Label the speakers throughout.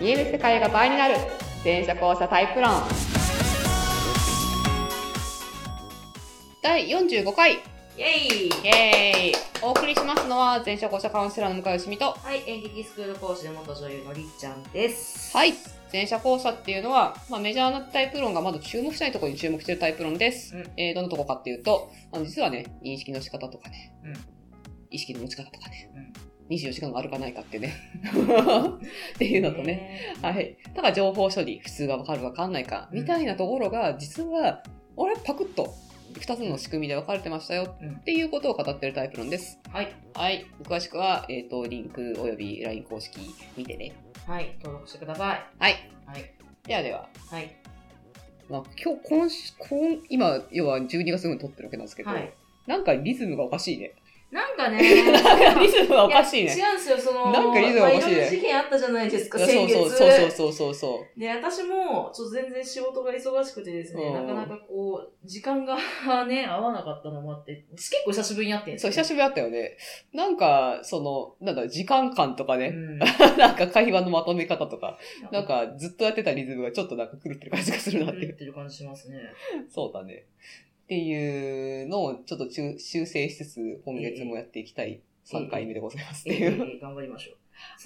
Speaker 1: 見える世界が倍になる全社交差タイプ論第45回
Speaker 2: イェイ
Speaker 1: イエーイお送りしますのは前者後者カウンセラーの向井よしみと
Speaker 2: はい、演劇スクール講師で元女優のりっちゃんです。
Speaker 1: はい前者後者っていうのは、まあ、メジャーなタイプ論がまだ注目しないところに注目してるタイプ論です、
Speaker 2: うん
Speaker 1: えーどのとこかっていうとあの実はね認識の仕方とかね、
Speaker 2: うん
Speaker 1: 意識の持ち方とかね、
Speaker 2: うん
Speaker 1: 24時間があるかないかってね っていうのとね
Speaker 2: ね
Speaker 1: は。い。だから情報処理、普通がわかるわかんないか、
Speaker 2: うん
Speaker 1: みたいなところが、実は、俺パクッと、二つの仕組みで分かれてましたよ、
Speaker 2: うん
Speaker 1: っていうことを語ってるタイプ論です。
Speaker 2: はい。
Speaker 1: はい。詳しくは、えっ、と、リンクおよび LINE 公式見てね。
Speaker 2: はい、登録してください。
Speaker 1: はい。
Speaker 2: はい。
Speaker 1: ではでは、
Speaker 2: はい。
Speaker 1: まあ、今日、今週、今、今、要は12月分に撮ってるわけなんですけど、
Speaker 2: はい。
Speaker 1: なんかリズムがおかしいね。、
Speaker 2: なんか ね
Speaker 1: リズムがおかしい
Speaker 2: や違
Speaker 1: ね。
Speaker 2: うんですよ、その、
Speaker 1: なんかリズムがおかしいね
Speaker 2: まあろろ事件あったじゃないですか、
Speaker 1: いや
Speaker 2: 先月。
Speaker 1: そうそうそうそうそうそう。
Speaker 2: で、私も、ちょっと全然仕事が忙しくてですね、
Speaker 1: う
Speaker 2: なんかなかこう、時間がね、合わなかったのもあって、結構久しぶりにやってん
Speaker 1: そう、久
Speaker 2: ぶ
Speaker 1: しぶりだったよね。なんか、その、なんだ、時間感とかね、
Speaker 2: うん。
Speaker 1: なんか会話のまとめ方とか、
Speaker 2: な
Speaker 1: なんん
Speaker 2: か、
Speaker 1: かずっとやってたリズムがちょっとなんか狂ってる感じがするな
Speaker 2: 狂
Speaker 1: っ
Speaker 2: って
Speaker 1: いう。
Speaker 2: てる感じしますね。
Speaker 1: そうだね。っていうのをちょっと修修正しつつ、今月もやっていきたい3回目でございますって
Speaker 2: え
Speaker 1: いう。
Speaker 2: え頑張りましょう。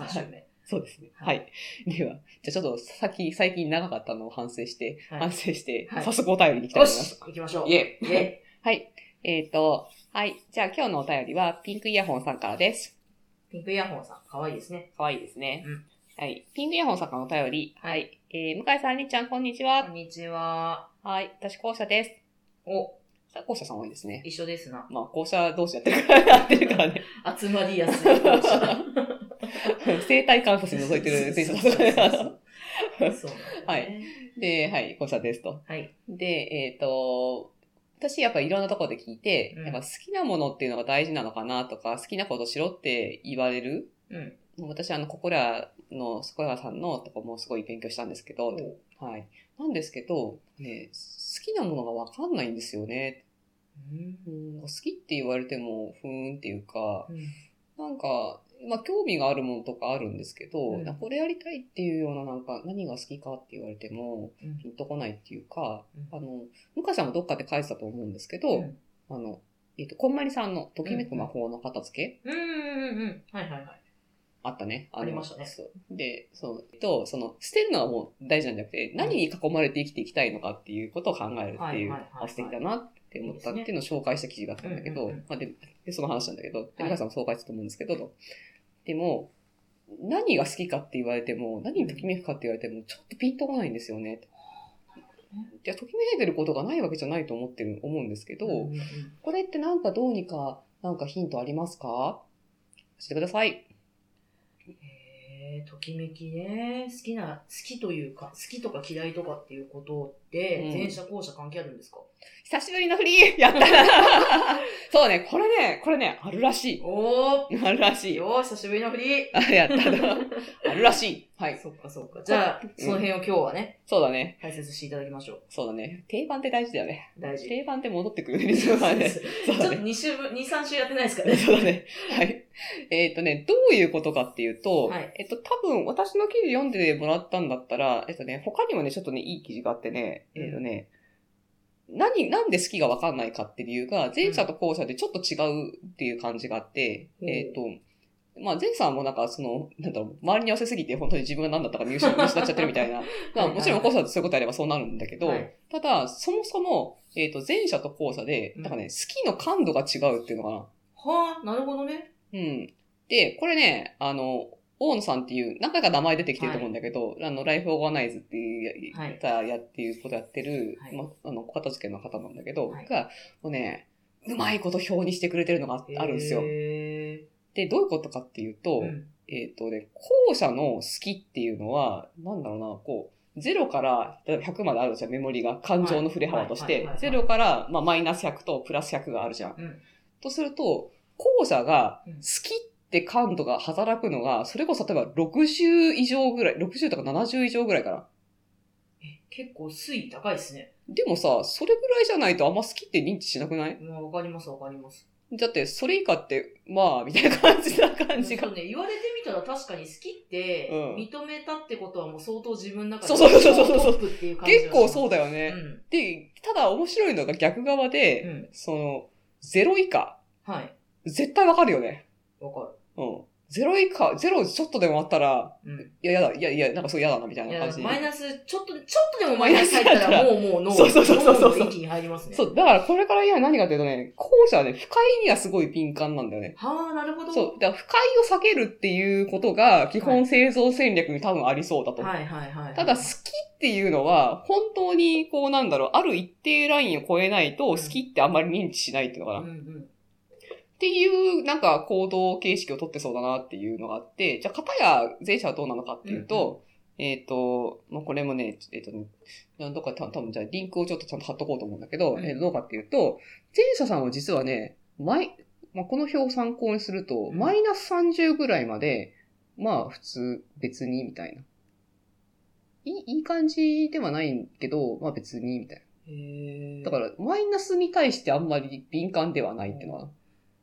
Speaker 2: 3週目。
Speaker 1: そうですね。はい。では、じゃあちょっとさっき、最近長かったのを反省して、
Speaker 2: はい
Speaker 1: 反省して、
Speaker 2: はい
Speaker 1: 早速お便りに行きたい
Speaker 2: よ
Speaker 1: と思いま
Speaker 2: し
Speaker 1: す。
Speaker 2: 行きましょう。
Speaker 1: イエ
Speaker 2: イエ
Speaker 1: はい。えっ、と、はい。じゃあ今日のお便りは、ピンクイヤホンさんからです。
Speaker 2: ピンクイヤホンさん、可愛いですね。
Speaker 1: かわいいですね。
Speaker 2: うん
Speaker 1: はい。ピンクイヤホンさんからのお便り。はい。えー、向井さん、りっちゃん、こんにち
Speaker 2: こ
Speaker 1: は。
Speaker 2: んにちは。
Speaker 1: はい。私、校舎です。
Speaker 2: お、
Speaker 1: さあ、校舎さん多いですね。
Speaker 2: 一緒ですな。
Speaker 1: まあ、校舎同士やってるから、やってるから ね。
Speaker 2: 集まりやすい。そう
Speaker 1: 生体観察に覗いてる選手だとか
Speaker 2: なんですね
Speaker 1: はい。で、はい、校舎ですと。
Speaker 2: はい。
Speaker 1: で、えっ、と、私やっぱいろんなところで聞いて、
Speaker 2: うん
Speaker 1: やっぱ好きなものっていうのが大事なのかなとか、好きなことしろって言われる。
Speaker 2: うん。
Speaker 1: 私あの、ここらの、そこらさんのとこもすごい勉強したんですけど、
Speaker 2: お
Speaker 1: はい。なんですけど、ね、好きなものがわかんないんですよね。
Speaker 2: うん
Speaker 1: うん好きって言われても、ふーんっていうか、
Speaker 2: うん
Speaker 1: なんか、まあ、興味があるものとかあるんですけど、
Speaker 2: うん
Speaker 1: なこれやりたいっていうような、なんか、何が好きかって言われても、
Speaker 2: うん
Speaker 1: ピンとこないっていうか、
Speaker 2: う
Speaker 1: あ
Speaker 2: ん
Speaker 1: の、向井さんもどっかで書いてたと思うんですけど、
Speaker 2: うん
Speaker 1: あの、えっ、と、こんまりさんの、ときめく魔法の片付け、
Speaker 2: うんうんうん。はいはいはい。
Speaker 1: あったね。の
Speaker 2: ありましたね
Speaker 1: そうで、そう、えっと、その、捨てるのはもう大事なんじゃなくて、何に囲まれて生きていきたいのかっていうことを考えるっていう、
Speaker 2: はいはいはいはい
Speaker 1: あ素敵だなって思ったっていうのを紹介した記事があったんだけ
Speaker 2: うん
Speaker 1: ど
Speaker 2: うんうん、
Speaker 1: まあで、でその話なんだけど、で
Speaker 2: はい
Speaker 1: 皆さんも紹介したと思うんですけど、でも、何が好きかって言われても、何にときめくかって言われても、ちょっとピンとこないんですよね。いや、ときめいてることがないわけじゃないと思ってる、思うんですけど、
Speaker 2: んんん
Speaker 1: これってなんかどうにか、なんかヒントありますか教えてください。
Speaker 2: へーときめきね。好きな、好きというか、好きとか嫌いとかっていうことって、
Speaker 1: うん
Speaker 2: 前者後者関係あるんですか
Speaker 1: 久しぶりのフリーやったな そうね、これね、これね、あるらし
Speaker 2: おー
Speaker 1: い。あるらしいよ。
Speaker 2: よー、久しぶりの振り。
Speaker 1: あ、やったな。あるらしい。はい。
Speaker 2: そっかそっか。じゃあ、その辺を今日はね、
Speaker 1: そうだね。
Speaker 2: 解説していただきましょう。
Speaker 1: そうだね。定番って大事だよね。
Speaker 2: 大事。
Speaker 1: 定番って戻ってくるね。そうだね。
Speaker 2: ち
Speaker 1: そ
Speaker 2: ょ
Speaker 1: う
Speaker 2: っと
Speaker 1: だね。
Speaker 2: 2週分、2、3週やってないですから ね。
Speaker 1: そうだね。はい。えっ、とね、どういうことかっていうと、
Speaker 2: はい
Speaker 1: えっと、多分私の記事読んでもらったんだったら、えっとね、他にもね、ちょっとね、いい記事があってね、えっ、とね、何、なんで好きがわかんないかって理由が、前者と後者でちょっと違うっていう感じがあって、
Speaker 2: うん
Speaker 1: えっ、と、まあ前者はもうなんかその、なんだろう、周りに合わせすぎて本当に自分が何だったか見失見失っちゃってるみたいな。まあもちろん後者とそういうことあればそうなるんだけど、
Speaker 2: はい
Speaker 1: ただ、そもそも、えっ、と、前者と後者で、なんかね、好きの感度が違うっていうのかな。
Speaker 2: はあ、なるほどね。
Speaker 1: うん。で、これね、あの、大野さんっていう、何回か名前出てきてると思うんだけど、あの、ライフオーガナイズっていう、
Speaker 2: はい
Speaker 1: やったやっていうことやってる、
Speaker 2: はい
Speaker 1: まあの、お片付けの方なんだけど、
Speaker 2: はい
Speaker 1: が、もうね、うまいこと表にしてくれてるのがああるんですよ。
Speaker 2: へ
Speaker 1: で、どういうことかっていう
Speaker 2: ー
Speaker 1: と、
Speaker 2: うん
Speaker 1: えっ、とね、後者の好きっていうのは、なんだろうな、こう、0から例えば100まであるじゃん、メモリが、感情の振れ幅とし
Speaker 2: はい
Speaker 1: て
Speaker 2: はいは。いはいはい
Speaker 1: 0から、まあ、マイナス100とプラス100があるじゃん。
Speaker 2: うん
Speaker 1: とすると、後者が
Speaker 2: うん
Speaker 1: 好きって感度が働くのが、それこそ例えば60以上ぐらい、60とか70以上ぐらいかな。
Speaker 2: え結構水位高いですね。
Speaker 1: でもさ、それぐらいじゃないとあんま好きって認知しなくない
Speaker 2: まあわかりますわかります。
Speaker 1: だって、それ以下って、まあ、みたいな感じな感じ
Speaker 2: そ
Speaker 1: が
Speaker 2: う。ね、言われてみたら確かに好きって
Speaker 1: うん
Speaker 2: 認めたってことはもう相当自分の中
Speaker 1: そうそうそうそう
Speaker 2: 超トップっていう感じ
Speaker 1: 結構そううだよ
Speaker 2: だ
Speaker 1: ね。
Speaker 2: うん。
Speaker 1: で、ただ面白いのが逆側
Speaker 2: う
Speaker 1: で、
Speaker 2: ん。
Speaker 1: その、0以下。
Speaker 2: はい。
Speaker 1: 絶対わかるよね。
Speaker 2: わか
Speaker 1: うん。0以下、0ちょっとでもあったら、
Speaker 2: る。うん。
Speaker 1: いや、やだ、いや、いや、なんかそう嫌だな、みたい
Speaker 2: い
Speaker 1: な
Speaker 2: や
Speaker 1: 感じ。
Speaker 2: マイナス、ちょっと、ちょっとでもマイナス入ったら、もうもう脳、
Speaker 1: そうそうそうそうそう
Speaker 2: 脳の域に入りますね。
Speaker 1: そう、だからこれから今何かというとね、後者はね、不快にはすごい敏感なんだよね。
Speaker 2: はあ、なるほど。
Speaker 1: そう。だから不快を避けるっていうことが、基本製造戦略に多分ありそうだと。
Speaker 2: はいはいはい。
Speaker 1: ただ、好きっていうのは、本当に、こうなんだろう、ある一定ラインを超えないと、好きってあんまり認知しないっていうのかな。
Speaker 2: うん
Speaker 1: っ
Speaker 2: うん。
Speaker 1: ていう、なんか行動形式をとってそうだなっていうのがあって、じゃあ、片や前者はどうなのかっていうと、えっ、と、まあ、これもね、えっ、とね、なんとかた多分じゃあリンクをちょっとちゃんと貼っとこうと思うんだけど、
Speaker 2: うん
Speaker 1: えーどうかっていうと、前者さんは実はね、マイまあ、この表を参考にすると、
Speaker 2: うん
Speaker 1: マイナス30ぐらいまで、まあ普通別にみたいな。いいいい感じではないけど、まあ別にみたい
Speaker 2: へえ。
Speaker 1: な。だからマイナスに対してあんまり敏感ではないっていうのは。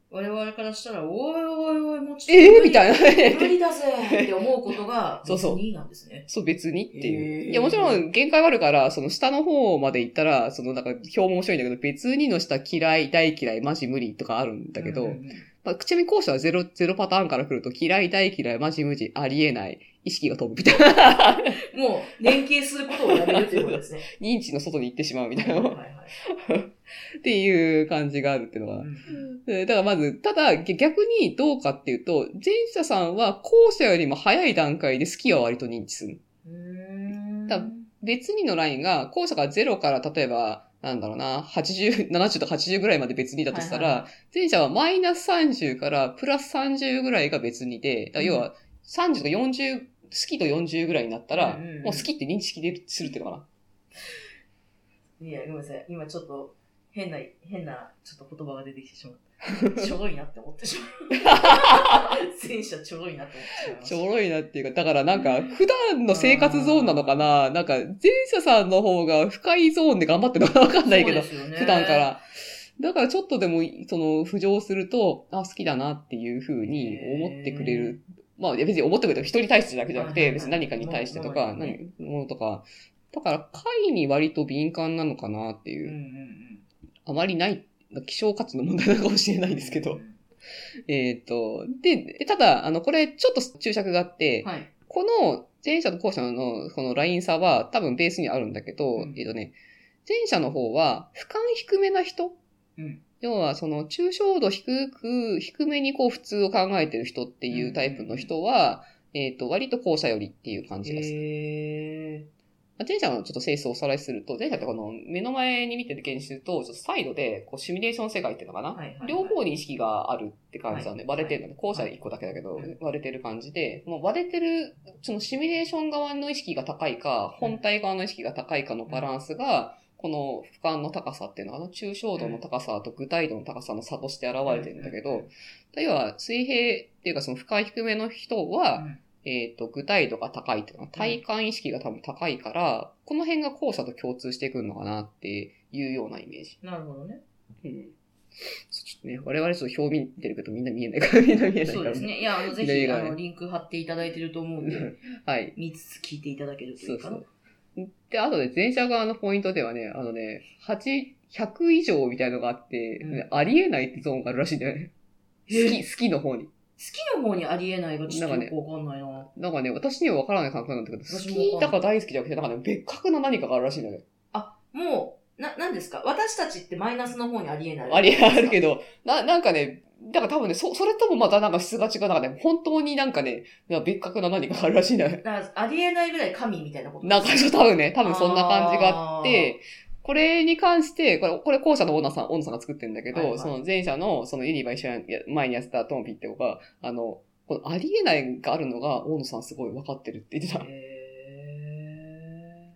Speaker 2: 我々からしたら、おいおいおい、もうちょっと。
Speaker 1: ええみた
Speaker 2: な。
Speaker 1: い
Speaker 2: 無
Speaker 1: な。
Speaker 2: 理だぜって思うことが、
Speaker 1: そうそう
Speaker 2: 別になんですね。
Speaker 1: そう別にってい
Speaker 2: へ
Speaker 1: う。
Speaker 2: ー
Speaker 1: いやもちろん限界はあるから、その下の方まで行ったら、そのなんか表も面白いんだけど、別にの下嫌い、大嫌い、マジ無理とかあるんだけど、
Speaker 2: うんうんうん
Speaker 1: まあ、ちなみに後者はゼロ、ゼロパターンから来ると、嫌い、大嫌い、マジ無理、ありえない、意識が飛ぶみたいな、
Speaker 2: もう、連携することをやめるということですね。
Speaker 1: 認知の外に行ってしまうみたい
Speaker 2: はいは
Speaker 1: な、
Speaker 2: いはい。
Speaker 1: っていう感じがあるっていうのが
Speaker 2: う。ん
Speaker 1: えーだからまず、ただぎ逆にどうかっていうと、前者さんは後者よりも早い段階で好きは割と認知する。
Speaker 2: うん。
Speaker 1: 多分別にのラインが、後者が0から例えば、なんだろうな、80、70とか80ぐらいまで別にだとしたら、
Speaker 2: はいは
Speaker 1: 前者はマイナス30からプラス30ぐらいが別にで、だから要は30とか40、好きと40ぐらいになったら、
Speaker 2: うんうんうん
Speaker 1: もう好きって認識でするっていうのか
Speaker 2: いや、ごめんなさい。今ちょっと、変な、変な、ちょっと言葉が出てきてしまった。 ちょろいなって思ってしまう。前者ちょろいなって思って
Speaker 1: な。ち
Speaker 2: しまいました
Speaker 1: ょろいなっていうか、だからなんか、普段の生活ゾーンなのかな、なんか、前者さんの方が深いゾーンで頑張ってるのかわかんないけど、
Speaker 2: そうですよね
Speaker 1: 普段か。ら。だからちょっとでも、その、浮上すると、あ、好きだなっていうふうに思ってくれる。まあ、いや別に思ってくれる人に対してだけじゃなく
Speaker 2: はい
Speaker 1: て、
Speaker 2: はいはい
Speaker 1: 別に何かに対してとか、
Speaker 2: ものに
Speaker 1: 何ものとか。だから、会に割と敏感なのかなって
Speaker 2: うん
Speaker 1: いうう、
Speaker 2: んうん。
Speaker 1: あまりない、希少価値の問題なのかもしれないんですけ
Speaker 2: う
Speaker 1: ど。
Speaker 2: ん。
Speaker 1: えっと、で、でただ、あの、これ、ちょっと注釈があって、
Speaker 2: はい。
Speaker 1: この前者と後者のこのライン差は多分ベースにあるんだけど、
Speaker 2: うん
Speaker 1: えっとね、前者の方は、俯瞰低めな人
Speaker 2: うん。
Speaker 1: 要は、その、抽象度低く、低めにこう、普通を考えてる人っていうタイプの人は、えっ、と、割と後者よりっていう感じです。
Speaker 2: え
Speaker 1: まあ前者のちょっと性質をおさらいすると、前者ってこの、目の前に見てる現実と、ちょっとサイドで、こう、シミュレーション世界っていうのかな、
Speaker 2: はいはいはい
Speaker 1: 両方に意識があるって感じなんで、
Speaker 2: はい
Speaker 1: 割れてるのね。後者1個だけだけど
Speaker 2: はい、
Speaker 1: 割れてる感じで、もう割れてる、そのシミュレーション側の意識が高いか、本体側の意識が高いかのバランスが、この俯瞰の高さっていうのは、あの抽象度の高さと具体度の高さの差として現れてるんだけど、要は水平っていうかその深い低めの人
Speaker 2: ー
Speaker 1: は、えっと、具体度が高いっていうのは、体感意識が多分高いから、この辺が後者と共通してくるのかなっていうようなイメージ。
Speaker 2: なるほどね。
Speaker 1: うんそうちょっとね、我々ちょっと表見てるけどみんな見えないから、みんな見えない
Speaker 2: そ
Speaker 1: か
Speaker 2: う
Speaker 1: ら。
Speaker 2: ですね。いや、あのぜ
Speaker 1: いやい
Speaker 2: ひ、
Speaker 1: や
Speaker 2: あ
Speaker 1: いや
Speaker 2: の、リンク貼っていただいてると思うんで、
Speaker 1: はい。
Speaker 2: 見つつ聞いていただけるとい
Speaker 1: そう
Speaker 2: うか
Speaker 1: そ
Speaker 2: な。
Speaker 1: う。で、あとね、前者側のポイントではね、あのね、8、100以上みたいのがあって、
Speaker 2: うん
Speaker 1: ありえないってゾーンがあるらしいんだよね。
Speaker 2: へ
Speaker 1: 好
Speaker 2: え
Speaker 1: き、好きの方に。
Speaker 2: 好きの方にありえないが、ちょっ
Speaker 1: なんか
Speaker 2: とよ
Speaker 1: ね
Speaker 2: くわかんないな。
Speaker 1: なんかね、私には分からない感覚なんだけど、好
Speaker 2: 私も分かんない
Speaker 1: きだから大好きじゃなくて、なんかね、別格な何かがあるらしいんだよね。
Speaker 2: あ、もう、な、なんですか私たちってマイナスの方にありえない。
Speaker 1: ありえあるけ
Speaker 2: ど。
Speaker 1: ど、な、なんかね、だから多分ね、そ、それともまたなんか質が違う、なんかね、本当になんかね、なんか別格な何かがあるらしいんだよね。
Speaker 2: だからありえないぐらい神みたいなこと。
Speaker 1: なんかちょっと多分ね、多分そんな感じがあって、これに関して、これ、これ後者のオーナーさん、オーナーさんが作ってるんだけど、
Speaker 2: はいはい
Speaker 1: その前者の、そのユニバ一緒にや前にやってたトンピって子が、あの、このありえないがあるのが、大野さんすごい分かってるって言ってた。
Speaker 2: へ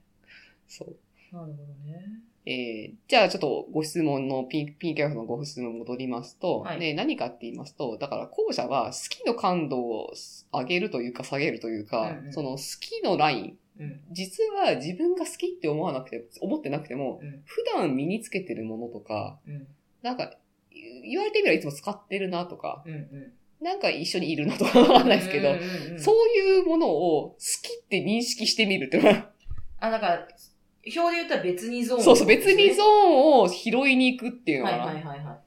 Speaker 1: そう。
Speaker 2: ーなるほどね。
Speaker 1: えー、じゃあちょっとご質問の、ピン、ピンキャフのご質問に戻りますと、
Speaker 2: はい
Speaker 1: ね、何かって言いますと、だから後者は好きの感度を上げるというか下げるというか、
Speaker 2: うんうん
Speaker 1: その好きのライン、
Speaker 2: うん。
Speaker 1: 実は自分が好きって思わなくて、思ってなくても、
Speaker 2: うん。
Speaker 1: 普段身につけてるものとか、
Speaker 2: うん。
Speaker 1: なんか、言われてみればいつも使ってるなとか、
Speaker 2: うんうん。
Speaker 1: なんか一緒にいるなとかわかんないですけど
Speaker 2: うん、うんうん
Speaker 1: そういうものを好きって認識してみるっていうのは、
Speaker 2: あ、だから、表で言ったら別にゾーン、
Speaker 1: そうそう、別にゾーンを拾いに行くっていうの
Speaker 2: ーは
Speaker 1: か
Speaker 2: い
Speaker 1: な。
Speaker 2: はいはいは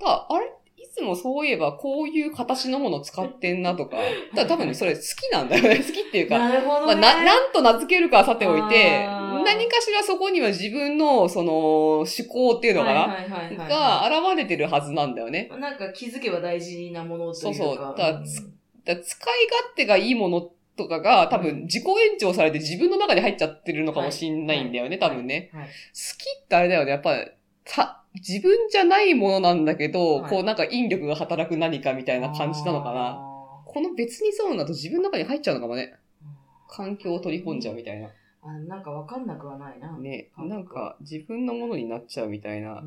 Speaker 1: があれいつもそういえばこういう形のもの使ってんなとか。 ただ多分ね、それ好きなんだよね。好きっていう
Speaker 2: い。
Speaker 1: か。
Speaker 2: なるほ
Speaker 1: まあ、
Speaker 2: ど、ね。
Speaker 1: な、なんと名付けるかはさておいて、
Speaker 2: あー
Speaker 1: 何かしらそこには自分の、その、思考っていうのかな、
Speaker 2: はいはいはいはいは
Speaker 1: が現れてるはずなんだよね。
Speaker 2: い、なんか気づけば大事なものというか。
Speaker 1: そうそうだからつ
Speaker 2: ん
Speaker 1: だから使い勝手がいいものとかが多分自己延長されて自分の中に入っちゃってるのかもしんないんだよね、多分ね。
Speaker 2: はい。
Speaker 1: 好きってあれだよね、やっぱ、た、自分じゃないものなんだけど、
Speaker 2: はい
Speaker 1: こうなんか引力が働く何かみたいな感じなのかな。
Speaker 2: あ
Speaker 1: この別にゾーンだと自分の中に入っちゃうのかもね。
Speaker 2: ー
Speaker 1: 環境を取り込んじゃうみたいな。
Speaker 2: あなんかわかんなくはないな。
Speaker 1: ね、
Speaker 2: うん
Speaker 1: なんか自分のものになっちゃうみたいな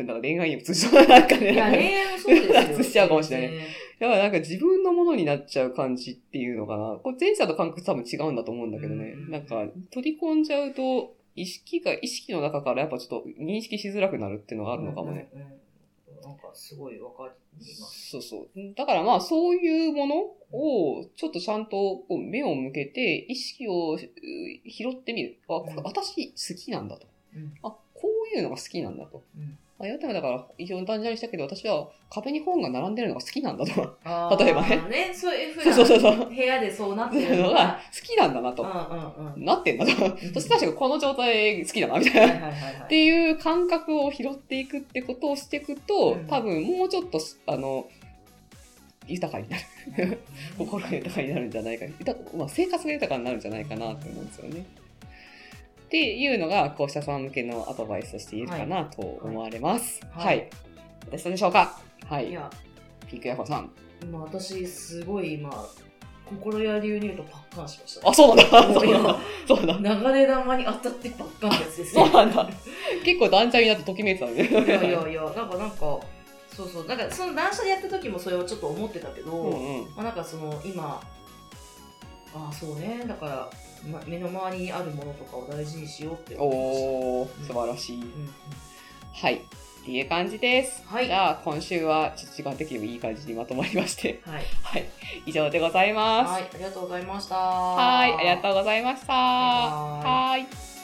Speaker 2: う。ん
Speaker 1: なんか恋愛にも通じそうな、なんか
Speaker 2: いや、
Speaker 1: ね。
Speaker 2: 恋愛もそうですよ。
Speaker 1: しちゃうかもしれない
Speaker 2: ね。
Speaker 1: だからなんか自分のものになっちゃう感じっていうのかな。これ前者と感覚多分違うんだと思うんだけどね。
Speaker 2: うん
Speaker 1: なんか取り込んじゃうと、意識が、意識の中からやっぱちょっと認識しづらくなるっていうのがあるのかもね。
Speaker 2: うんうんうん。なんかすごいわかります。
Speaker 1: そうそう。だからまあそういうものをちょっとちゃんとこう目を向けて意識をう拾ってみる。あ、これ
Speaker 2: うん
Speaker 1: 私好きなんだと。
Speaker 2: うん
Speaker 1: あ、こういうのが好きなんだと。
Speaker 2: うん
Speaker 1: あやったらだから、非常に単純にしたけど、私は壁に本が並んでるのが好きなんだと。そ
Speaker 2: あー
Speaker 1: 例えばね。
Speaker 2: ね、そういうふ
Speaker 1: うそうそうそう。
Speaker 2: 部屋でそうなっ
Speaker 1: そう
Speaker 2: て
Speaker 1: いう
Speaker 2: る
Speaker 1: の
Speaker 2: の
Speaker 1: が
Speaker 2: が。
Speaker 1: 好きなんだな
Speaker 2: うんう
Speaker 1: と。
Speaker 2: んうん。
Speaker 1: なってんだと。そして確かにこの状態好きだな、みたいな。
Speaker 2: はいはいはいは
Speaker 1: っ
Speaker 2: い。
Speaker 1: ていう感覚を拾っていくってことをしていくと、
Speaker 2: うん
Speaker 1: 多分もうちょっとあの豊かになる心が豊かになるんじゃないか豊かまあ、生活が豊かになるんじゃないかなと思うんですよね。っていうのがこうしたさん向けのアドバイスとして言えるかなと思われます。は、
Speaker 2: はいい
Speaker 1: いどうしたでしょうか。はいい、
Speaker 2: や、
Speaker 1: ピンクヤホーさん。
Speaker 2: 今私すごい今、心や流入とパッカンしましたね。
Speaker 1: あ、そうなんだ。
Speaker 2: も
Speaker 1: そうう
Speaker 2: 今
Speaker 1: なんだ。そうなんだ。
Speaker 2: 流れ玉に当たってパッカンってやつです
Speaker 1: そう
Speaker 2: ね。
Speaker 1: なん だ。結構断捨離だとときめいてたのね。
Speaker 2: いやいやいや、なんかなんか、そうそう、なんかその断捨離やった時もそれをちょっと思ってたけど、
Speaker 1: うんうん。
Speaker 2: まあ、なんかその今ああそうねだから、ま、目の周りにあるものとかを大事にしようって思い
Speaker 1: おー、素晴らしい。
Speaker 2: まし
Speaker 1: はい。っていう感じです。
Speaker 2: はい
Speaker 1: じゃあ、今週は、ちょっと時間的にもいい感じにまとまりまして。
Speaker 2: た、うんはい
Speaker 1: はい。以上でございます。
Speaker 2: はい、ありがとうございました
Speaker 1: はい。ありがとうございました。
Speaker 2: バイバイ
Speaker 1: はい。